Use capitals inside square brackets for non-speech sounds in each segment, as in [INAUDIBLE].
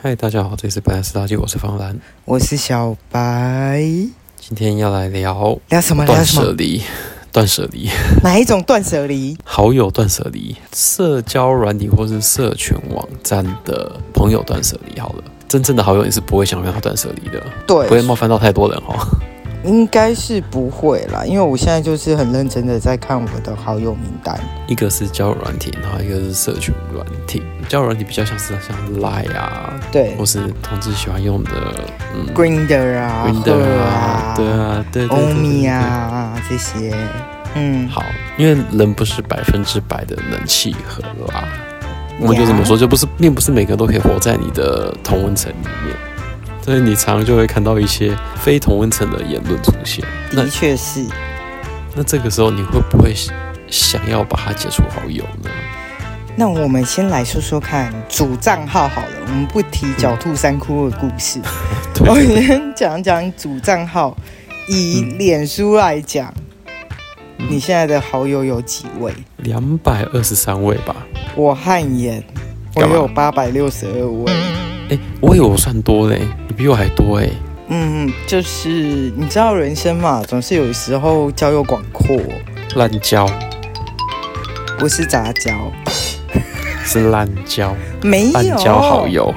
嗨，大家好，这里是白兰斯垃圾，我是方兰。我是小白。今天要来聊聊什么？聊断什舍么？离，断舍离，哪一种断舍离？好友断舍离，社交软体或是社群网站的朋友断舍离。好了，真正的好友你是不会想让他断舍离的，对不，会冒犯到太多人哦。应该是不会啦，因为我现在就是很认真的在看我的好友名单。一个是交友软体，然后一个是社群软体。交友软体比较像是像 Line 啊，对或是同志喜欢用的，嗯，Grinder 啊 Grindr 赫啊，对啊，对对对欧对米对啊这些。嗯，好，因为人不是百分之百的能契合啦。啊我们就这么说，就不是并不是每个人都可以活在你的同温层里面，所以你常常就会看到一些非同温层的言论出现。那的确是。那这个时候你会不会想要把它解除好友呢？那我们先来说说看主账号好了，我们不提狡兔三窟的故 [LAUGHS] 事，对我先讲讲主账号。以嗯脸书来讲，嗯你现在的好友有几位？两百二十三位吧，我汗颜，我干嘛有八百六十二位。哎，我有算多嘞，你比我还多哎。嗯，就是你知道人生嘛，总是有时候交友广阔，烂交不是杂交，是烂交，没烂有交好，友，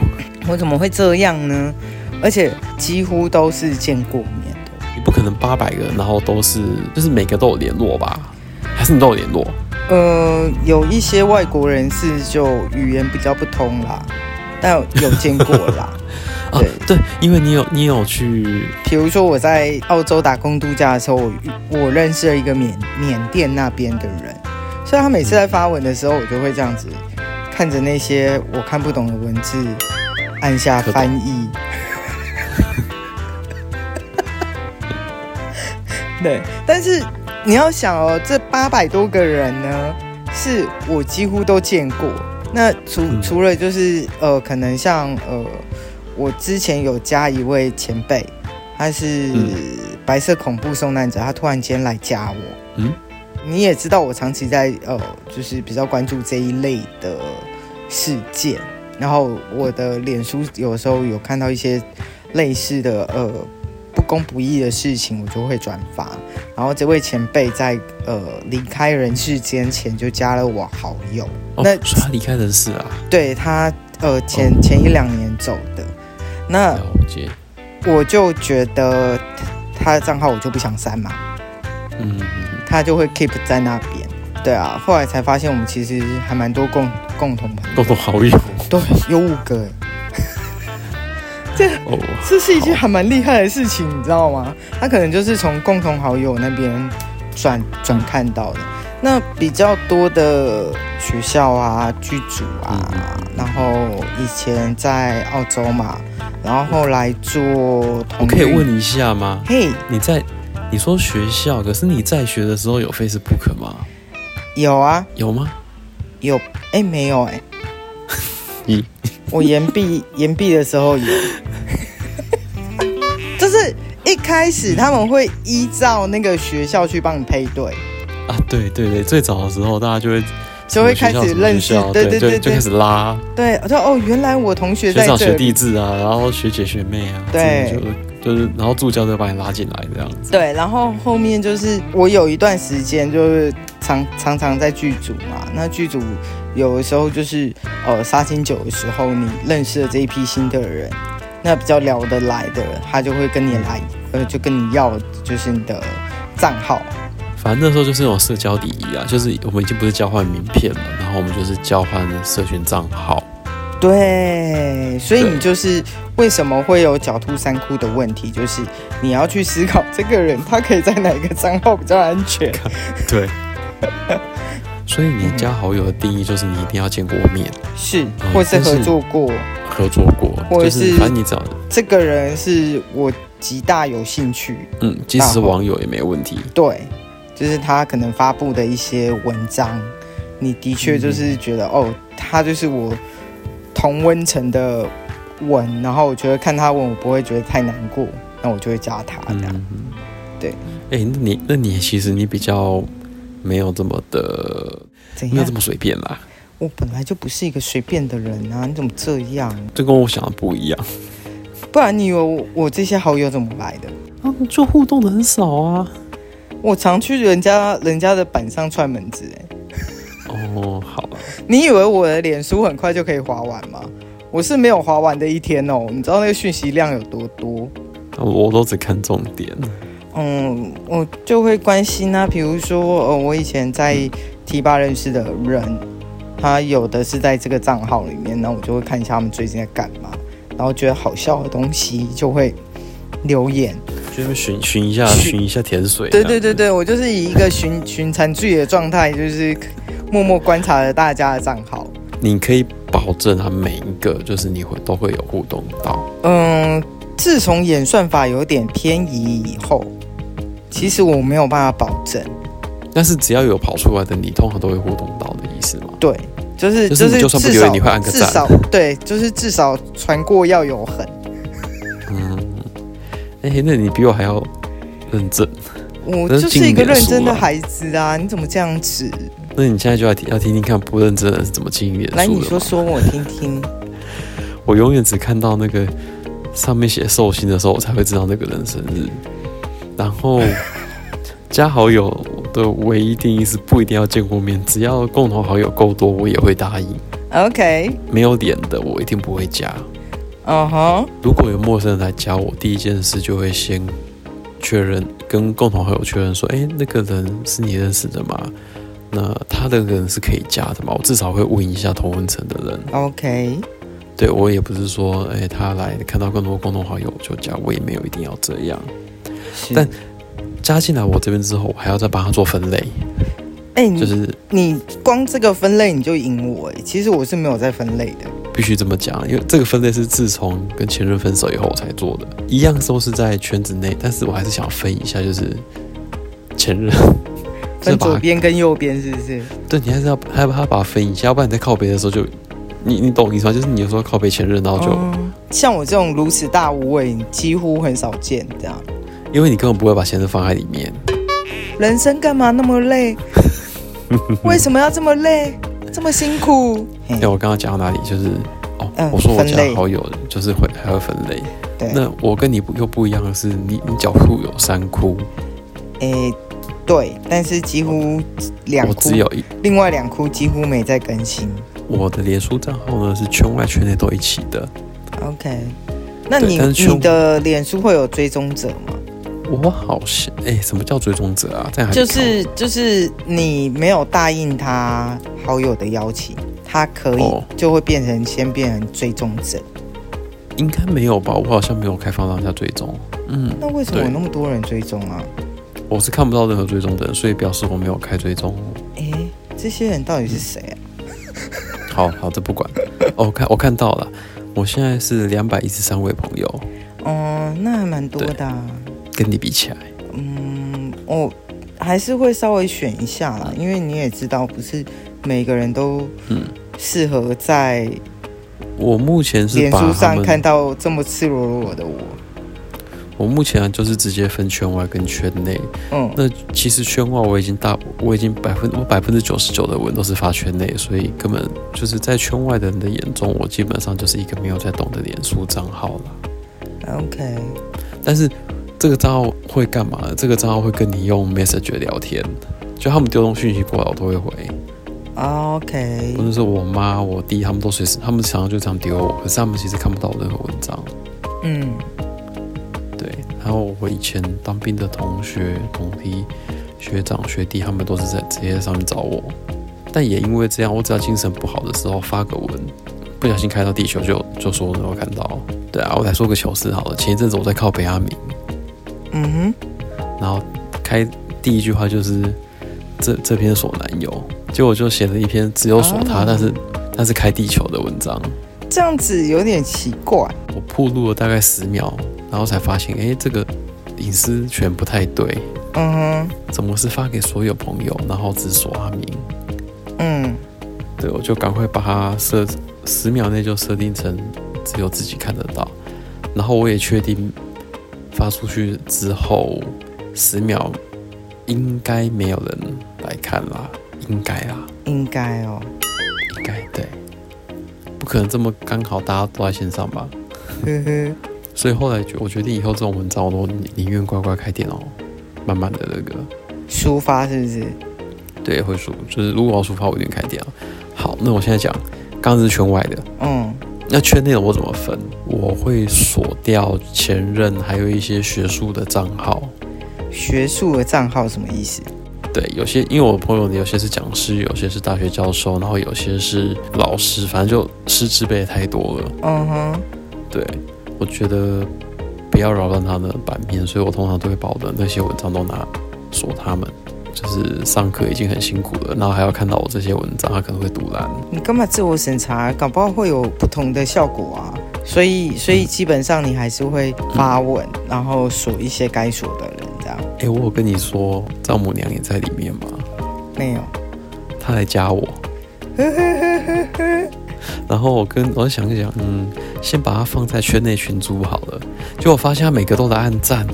我怎么会这样呢？而且几乎都是见过面的，你不可能八百个，然后都是就是每个都有联络吧？还是你都有联络？呃，有一些外国人士就语言比较不通啦，但有见过啦。啊对，对，因为你有你有去，比如说我在澳洲打工度假的时候，我遇我认识了一个缅缅甸那边的人，所以他每次在发文的时候，我就会这样子看着那些我看不懂的文字，按下可懂翻译。对，但是你要想哦，这八百多个人呢，是我几乎都见过。那除、嗯除了就是呃，可能像呃，我之前有加一位前辈，他是嗯白色恐怖受难者，他突然间来加我。嗯，你也知道我长期在呃，就是比较关注这一类的事件，然后我的脸书有时候有看到一些类似的呃不公不义的事情，我就会转发。然后这位前辈在呃离开人世间前就加了我好友，哦，那所以他离开人世啊，对他呃前哦前一两年走的，那了解，我就觉得他的账号我就不想删嘛，嗯，嗯他就会 keep 在那边。对啊，后来才发现我们其实还蛮多共共同朋友，共同好哦友对，有五个，哦，这是一件还蛮厉害的事情，你知道吗？他可能就是从共同好友那边转转看到的。那比较多的学校啊、剧组啊，然后以前在澳洲嘛，然后后来做同。我可以问，你一下吗？嘿，你在你说学校，可是你在学的时候有 Facebook 吗？有啊，有吗？有，哎，没有哎、嗯，我延毕延毕的时候有，就是一开始他们会依照那个学校去帮你配对，啊，对对对，最早的时候大家就会就会什么学校开始什么学认识校对对对对就就对开始拉对，我说哦，原来我同学学在长这学里，弟制啊，然后学姐学妹啊，对这种就就是然后助教就把你拉进来这样子，对，然后后面就是我有一段时间就是常常常在剧组嘛，那剧组有的时候就是呃杀青酒的时候，你认识了这一批新的人，那比较聊得来的，他就会跟你来，呃，就跟你要就是你的账号，反正那时候就是那种社交礼仪啊，就是我们已经不是交换名片了，然后我们就是交换社群账号。对，所以对你就是为什么会有狡兔三窟的问题，就是你要去思考这个人他可以在哪一个账号比较安全。对。 [LAUGHS] 所以你加好友的定义就是你一定要见过面、是嗯，或是但是合作过。合作过，或就者是是反正你只要这个人是我极大有兴趣，嗯，即使是网友也没问题。对，就是他可能发布的一些文章，你的确就是觉得、哦，他就是我同温层的文，然后我觉得看他文我不会觉得太难过，那我就会加他这样。嗯，对。哎、那你那你其实你比较没有这么的怎没有样这？么随便啦。我本来就不是一个随便的人啊，你怎么这样？这跟我想的不一样。不然你以为我我这些好友怎么来的？啊，就互动的很少啊。我常去人家人家的板上串门子、欸，哦，好了，你以为我的脸书很快就可以划完吗？我是没有划完的一天哦，你知道那个讯息量有多多？我都只看重点。嗯，我就会关心啊，比如说，呃，我以前在 T 八认识的人，他有的是在这个账号里面，那我就会看一下他们最近在干嘛，然后觉得好笑的东西就会留言。就是寻寻一下，寻寻一下甜水。对对对，对，我就是以一个寻寻常剧的状态，就是默默观察了大家的账号。你可以保证他每一个就是你会都会有互动到。嗯，自从演算法有点偏移以后，其实我没有办法保证。但是只要有跑出来的，你通常都会互动到的意思吗？对，就是就是是你就算不至留言少你会按个至赞少对，就是至少传过要有痕。嗯，哎、那你比我还要认真。我那是就是一个经典认书真的啦孩子啊！你怎么这样子？那你现在就要听要听听看不认真的人是怎么经营脸书的来，你吧说说我听听。我永远只看到那个上面写寿星的时候，我才会知道那个人生日。然 [LAUGHS] 后加好友的唯一定义是不一定要见过面，只要共同好友够多，我也会答应。 OK，没有脸的我一定不会加。嗯哼，如果有陌生人来加我，第一件事就会先确认跟共同好友确认说，诶，那个人是你认识的吗？那他的人是可以加的吗？我至少会问一下同文层的人。 OK，对我也不是说，哎、他来看到更多共同好友我就加，我也没有一定要这样。是。但加进来我这边之后，我还要再帮他做分类，哎、你就是你光这个分类你就赢我、欸，其实我是没有在分类的。必须这么讲，因为这个分类是自从跟前任分手以后我才做的，一样都是在圈子内，但是我还是想分一下，就是前 [LAUGHS] 任，就是分把左他边跟右边是不是？对你还是要害怕把它分一下，要不然你在靠背的时候就，你你懂我意思吗？就是你有时候靠背前任，然后哦就、嗯像我这种如此大无畏，几乎很少见这样。因为你根本不会把前任放在里面，嗯人生干嘛那么 [LAUGHS] 累？为什么要这么累？这么辛苦？嘿对，我刚刚讲到哪里？就是哦，嗯我说我分类加好友就是会还会分类。对，那我跟你不又不一样的是，你你脚库有三窟，诶、对，但是几乎两我窟只，有一。另外两窟几乎没在更新。我的脸书账号呢是圈外圈内都一起的， OK，那对你但是全你的脸书会有追踪者吗？我好像哎、什么叫追踪者啊？这样还没就是就是你没有答应他好友的邀请，他可以哦就会变成先变成追踪者。看应该没有吧？我好像没有开放让人家追踪，嗯，那为什么有对那么多人追踪啊？我是看不到任何追踪的人，所以表示我没有开追踪。诶、这些人到底是谁啊？好好，这不管。哦，我看我看到了，我现在是两百一十三位朋友，哦、那还蛮多的啊、跟你比起来，嗯，我还是会稍微选一下啦，因为你也知道，不是每个人都嗯适合在我目前是脸把书他上们看到这么赤裸裸的我。我目前就是直接分圈外跟圈内。嗯，那其实圈外我已经大，我已经百分我百分之九十九的文都是发圈内，所以根本就是在圈外的人的眼中，我基本上就是一个没有在懂的脸书账号了。 OK，但是这个账号会干嘛呢？这个账号会跟你用 Messenger 聊天，就他们丢东讯息过来，我都会回， OK，或者是我妈、我弟他们都随时，他们常常就这样丢我，可是他们其实看不到我任何文章。嗯，对，然后我以前当兵的同学、同梯、学长、学弟，他们都是在直接上面找我，但也因为这样，我只要精神不好的时候发个文，不小心开到地球就就说能够看到。对啊，我来说个糗事好了，前一阵子我在靠北阿明，嗯然后开第一句话就是这这篇锁男友，结果就写了一篇只有锁他，哦但是但是开地球的文章。哼，这样子有点奇怪。我铺路了大概十秒，然后才发现，哎，这个隐私权不太对。嗯怎么是发给所有朋友，然后只锁阿明？哼，嗯，对，我就赶快把它设十秒内就设定成只有自己看得到，然后我也确定发出去之后十秒应该没有人来看啦，应该啦，应该哦。应该对，不可能这么刚好大家都在线上吧？呵呵，所以后来决我决定以后这种文章我都宁宁愿乖乖开电脑，慢慢的那个抒发是不是？对会输，就是如果我要抒发，我一定开电脑。好，那我现在讲，刚刚是圈外的，嗯，那圈内的我怎么分？我会锁掉前任，还有一些学术的账号。学术的账号什么意思？对，有些因为我朋友有些是讲师，有些是大学教授，然后有些是老师，反正就师资辈太多了。嗯哼，对，我觉得不要扰乱他的版面，所以我通常都会把我的那些文章都拿锁他们。就是上课已经很辛苦了，然后还要看到我这些文章，他可能会读烂。你干嘛自我审查？搞不好会有不同的效果啊。所以，所以基本上你还是会发文，然后锁一些该锁的人，这样诶，我有跟你说丈母娘也在里面吗？没有。她来加我，呵呵呵呵呵，然后我跟我想一想，嗯，先把它放在圈内群组好了。结果我发现他每个都来按赞，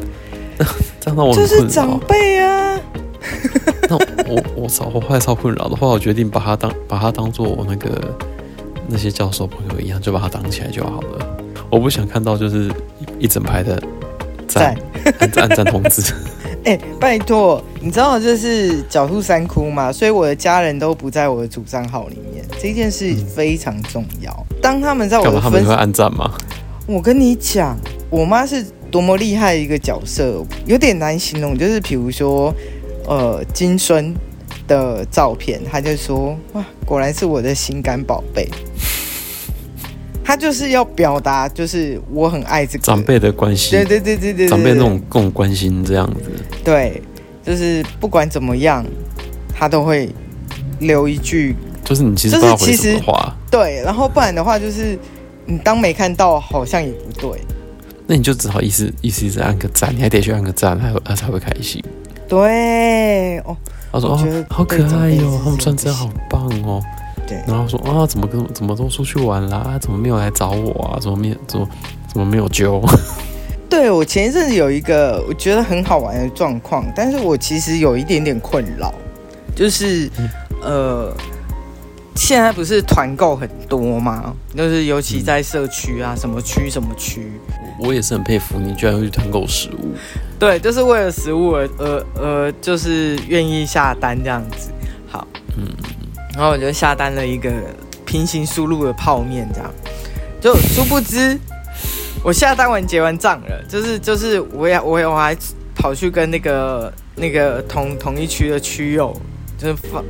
[LAUGHS] 这样让我就很是困长扰。辈啊。那我我超我后来超困扰的，后来我决定把它当把它当做我那个那些教授朋友一样，就把它挡起来就好了。我不想看到就是一一整排的赞按按赞通 [LAUGHS] 知。哎、拜托，你知道这是狡兔三窟嘛？所以我的家人都不在我的主账号里面，这件事非常重要。当他们在我干的嘛他们分也会按赞吗？我跟你讲，我妈是多么厉害的一个角色，有点难形容。就是比如说，呃，金孙的照片，她就说：“哇，果然是我的心肝宝贝。”她就是要表达，就是我很爱这个长，辈的关心对，对对对对对，长辈那种那种关心这样子。对，就是不管怎么样，她都会留一句就是你其实就不是知道回其什么实话，对，然后不然的话就是你当没看到，好像也不对。那你就只好意思意思意思按个赞，你还得去按个赞，还有他才会开心。对哦，他说我觉哦得，好可爱对长辈哟、是他们穿真真的好棒哦。对，然后说啊，怎么跟怎么都出去玩啦、啊？怎么没有来找我啊？怎么没有怎么怎么没有揪？对我前一阵子有一个我觉得很好玩的状况，但是我其实有一点点困扰，就是、呃，现在不是团购很多吗？就是尤其在社区啊，什么区什么区，我也是很佩服你，居然会去团购食物。对，就是为了食物而而而就是愿意下单这样子。好，嗯嗯，然后我就下单了一个平行输入的泡面，这样。就殊不知，我下单完结完账了，就是就是我也我也我还跑去跟那个那个同同一区的区友，就是放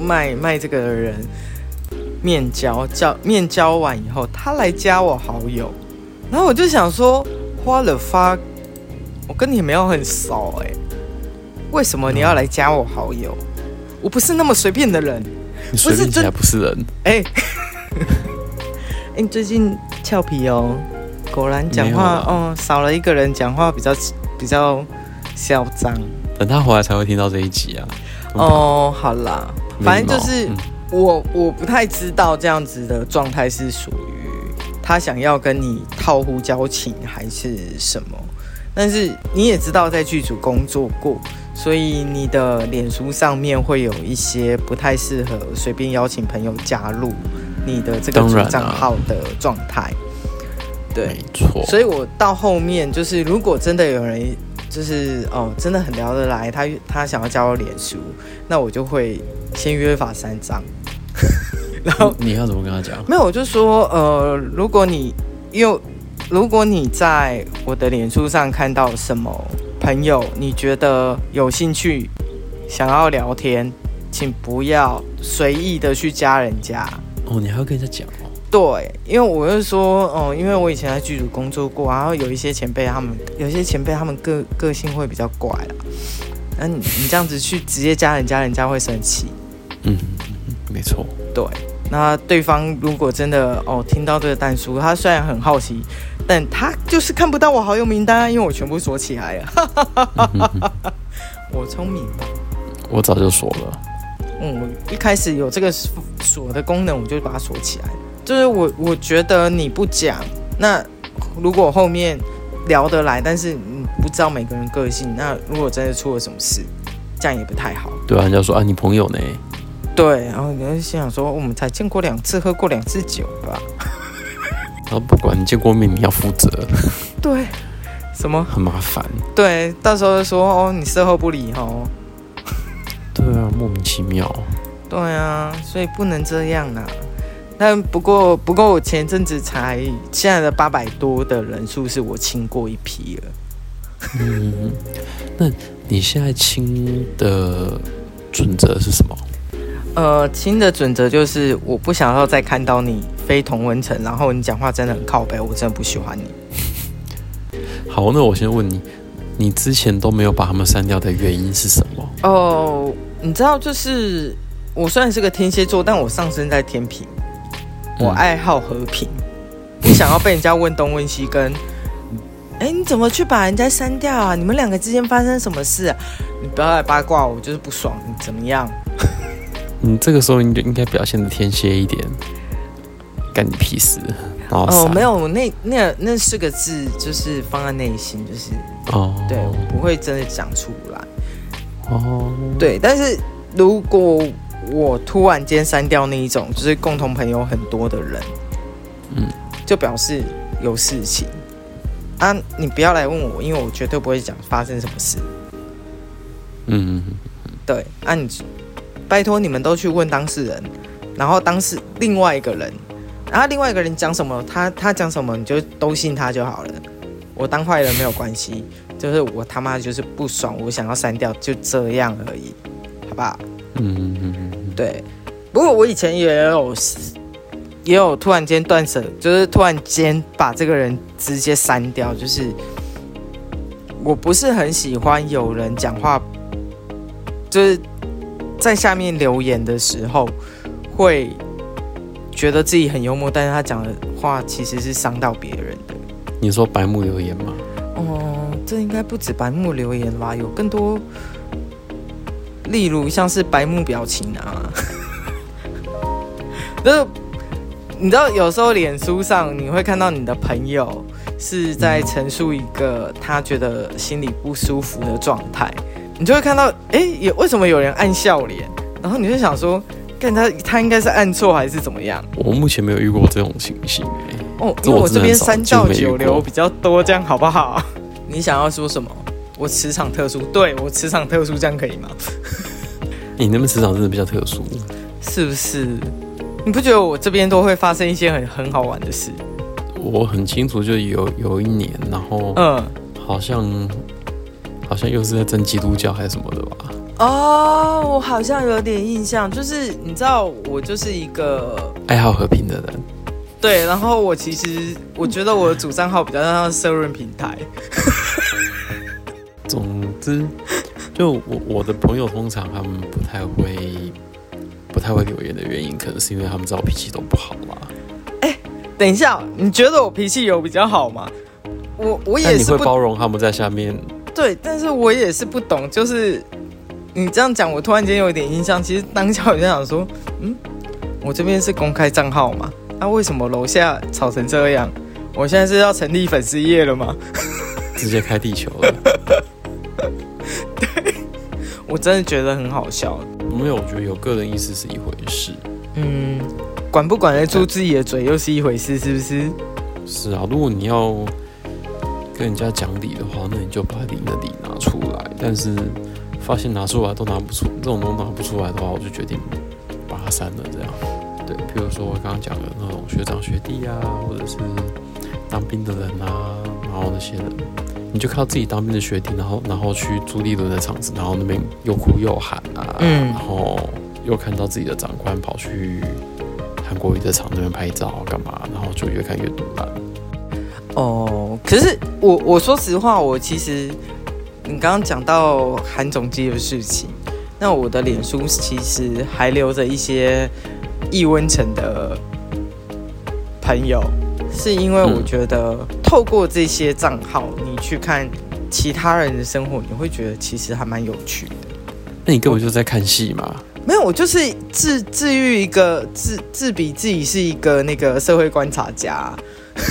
卖卖这个的人面交交面交完以后，他来加我好友，然后我就想说，花了发，我跟你没有很熟哎、为什么你要来加我好友？我不是那么随便的人，你随便起来真不是人，哎、 [LAUGHS] 哎，你哎最近俏皮哦，果然讲话没有哦，少了一个人讲话比较比较嚣张等他回来才会听到这一集啊。哦。好啦，没礼貌，反正就是嗯我我不太知道这样子的状态是属于他想要跟你套乎交情还是什么，但是你也知道在剧组工作过，所以你的脸书上面会有一些不太适合随便邀请朋友加入你的这个当主然啊嗯账号的状态，对。没错。所以我到后面就是，如果真的有人就是哦，真的很聊得来，他他想要加我脸书，那我就会先约法三章，然后你你要怎么跟他讲？没有，我就说呃，如果你又如果你在我的脸书上看到什么朋友，你觉得有兴趣想要聊天，请不要随意的去加人家。哦，你还要跟人家讲哦。对，因为我是说，哦、因为我以前在剧组工作过，啊然后有一些前辈他们，有一些前辈他们个个性会比较怪啦。那你你这样子去直接加人家，人家会生气。嗯，嗯嗯没错。对，那对方如果真的哦听到这个弹书，他虽然很好奇，但他就是看不到我好友名单啊，因为我全部锁起来 [LAUGHS] 了。嗯我聪明吧？我早就说了，嗯，我一开始有这个锁的功能，我就把它锁起来。就是我我觉得你不讲，那如果后面聊得来，但是你不知道每个人个性，那如果真的出了什么事，这样也不太好。对啊，人家说啊，你朋友呢？对，然后你就心想说，我们才见过两次，喝过两次酒吧？然后不管你见过面，你要负责，对，什么？很麻烦。对，到时候就说哦，你事后不理哦。对啊，莫名其妙。对啊，所以不能这样啊。但不过，不过我前阵子才现在的八百多的人数是我清过一批了。嗯，那你现在清的准则是什么？呃，清的准则就是我不想要再看到你非同温层，然后你讲话真的很靠背，我真的不喜欢你。好，那我先问你，你之前都没有把他们删掉的原因是什么？哦，你知道，就是我虽然是个天蝎座，但我上升在天平，我嗯爱好和平，不想要被人家问东问西，跟，哎、你怎么去把人家删掉啊？你们两个之间发生什么事、啊？你不要来八卦我，我就是不爽，你怎么样？你这个时候你就应该表现的天蝎一点，干你屁事。然后哦，删没有，我那那那四个字就是放在内心，就是哦，对我不会真的讲出来。哦，对，但是如果我突然间删掉那一种，就是共同朋友很多的人，嗯，就表示有事情啊，你不要来问我，因为我绝对不会讲发生什么事。嗯，对，啊你，拜托你们都去问当事人，然后当事另外一个人，然后另外一个人讲什么，他他讲什么你就都信他就好了。我当坏人没有关系，就是我他妈就是不爽，我想要删掉，就这样而已，好不好？嗯嗯嗯对，不过我以前也有是，也有突然间断舍，就是突然间把这个人直接删掉，就是我不是很喜欢有人讲话，就是在下面留言的时候会觉得自己很幽默，但是他讲的话其实是伤到别人的。嗯，你说白目留言吗？哦，这应该不止白目留言吧，有更多，例如像是白目表情啊， [LAUGHS] 就是你知道，有时候脸书上你会看到你的朋友是在陈述一个他觉得心里不舒服的状态，你就会看到，哎，也为什么有人按笑脸，然后你就想说，看他他应该是按错还是怎么样？我目前没有遇过这种情形、欸，哦，这因为我我真这的边很少三教就没遇九过流比较多，这样好不好？你想要说什么？我磁场特殊，对我磁场特殊，这样可以吗？你那边磁场真的比较特殊，是不是？你不觉得我这边都会发生一些很很好玩的事？我很清楚，就有有一年，然后嗯，好像、好像又是在争基督教还是什么的吧？哦，我好像有点印象，就是你知道，我就是一个爱好和平的人，对，然后我其实我觉得我的主账号比较像社论平台，总之，就我我的朋友通常他们不太会不太会留言的原因，可能是因为他们知道我脾气都不好啦。等一下，你觉得我脾气有比较好吗？我我但也你是会不包容他们在下面，对，但是我也是不懂，就是你这样讲，我突然间有一点印象。其实当下我就想说，嗯，我这边是公开账号嘛，那、为什么楼下吵成这样？ [LAUGHS] 我现在是要成立粉丝业了吗？直接开地球了。我真的觉得很好笑。没有，我觉得有个人意识是一回事。嗯，管不管得住自己的嘴又是一回事，是不是？是啊，如果你要跟人家讲理的话，那你就把理的理拿出来。但是发现拿出来都拿不出，这种都拿不出来的话，我就决定把它删了。这样，对，譬如说我刚刚讲的那种学长学弟啊，或者是当兵的人啊，然后那些人，你就看到自己当兵的学弟，然后然后去朱立伦的场子，然后那边又哭又喊啊，嗯然后又看到自己的长官跑去韩国瑜的场那边拍照啊干嘛，然后就越看越堵烂。哦，可是我我说实话，我其实你刚刚讲到韩总机的事情，那我的脸书其实还留着一些易温城的朋友，是因为我嗯觉得透过这些账号，你去看其他人的生活，你会觉得其实还蛮有趣的。那你根本就是在看戏嘛？没有，我就是自自愈一个自自比自己是一个那个社会观察家。 [LAUGHS]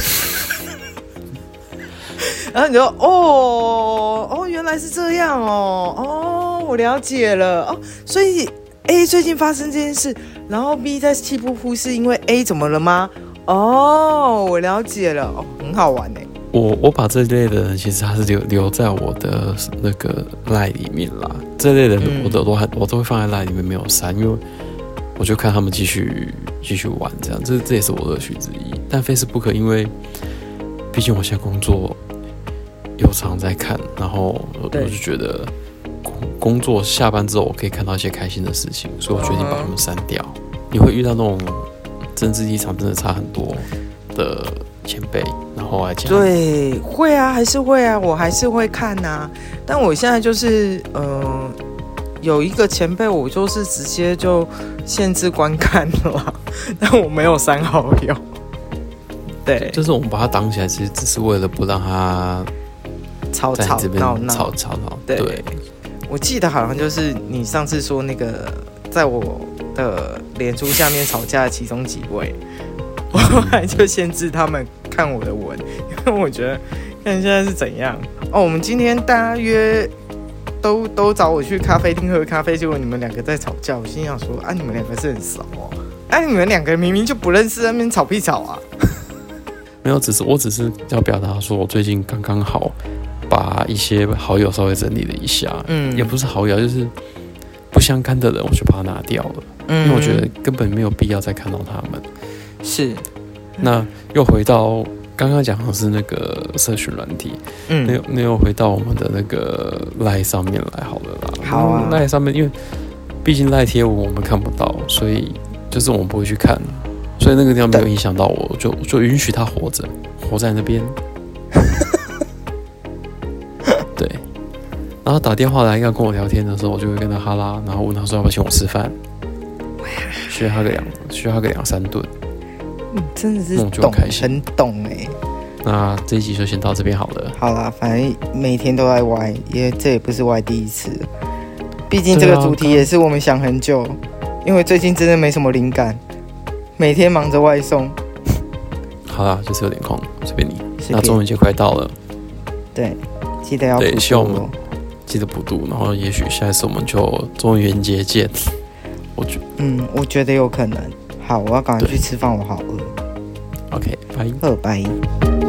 然后你就哦哦，原来是这样哦哦，我了解了哦，所以 A 最近发生这件事，然后 B 在气呼呼，是因为 A 怎么了吗？哦，我了解了，哦，很好玩哎、我我把这类的人其实还是留留在我的那个 line 里面啦，这类的人嗯我都都还、我都会放在 line 里面没有删，因为我就看他们继续继续玩这样，这这也是我乐趣之一。但 Facebook 因为毕竟我现在工作有常在看，然后我我对就觉得工工作下班之后我可以看到一些开心的事情，所以我决定把嗯他们删掉。你会遇到那种政治立场真的差很多的前辈，然后来讲对，会啊，还是会啊，我还是会看呐、但我现在就是，呃，有一个前辈，我就是直接就限制观看了 [LAUGHS] 啊，但我没有删好友。对，就是我们把它挡起来，其实只是为了不让它吵在你哦吵这边吵闹闹。吵闹。对对，我记得好像就是你上次说那个，在我的脸书下面吵架的其中几位， [LAUGHS] 我后来就限制他们看我的文，因为我觉得看现在是怎样。哦，我们今天大家约都都找我去咖啡厅喝咖啡，结果你们两个在吵架，我心想说啊，你们两个是很熟哦，啊，你们两个明明就不认识，在那边吵屁吵啊。没有，只是我只是要表达说，我最近刚刚好把一些好友稍微整理了一下，嗯也不是好友，就是不相干的人，我就把它拿掉了，因嗯为我觉得根本没有必要再看到他们。是，那又回到刚刚讲的是那个社群软体，那嗯，又那又回到我们的那个赖上面来好了啦。好啊赖上面，因为毕竟赖贴文我们看不到，所以就是我们不会去看，所以那个地方没有影响到我，我就我就允许他活着，活在那 [LAUGHS] 边。对。然后打电话来要跟我聊天的时候，我就会跟他哈拉，然后问他说要不要请我吃饭，需要他个两需要他个两三顿。你嗯真的是那我就懂，开心很懂哎、那这一集就先到这边好了。好啦，反正每天都在歪，因为这也不是歪第一次了。毕竟这个对啊主题也是我们想很久，因为最近真的没什么灵感，每天忙着外送。好啦，就是有点空，随便你。随那便中元节快到了。对，记得要对补希望足我哦们记得补读，然后也许下一次我们就中元节见。我觉嗯，我觉得有可能。好，我要赶快去吃饭，我好饿。 OK，拜。二拜。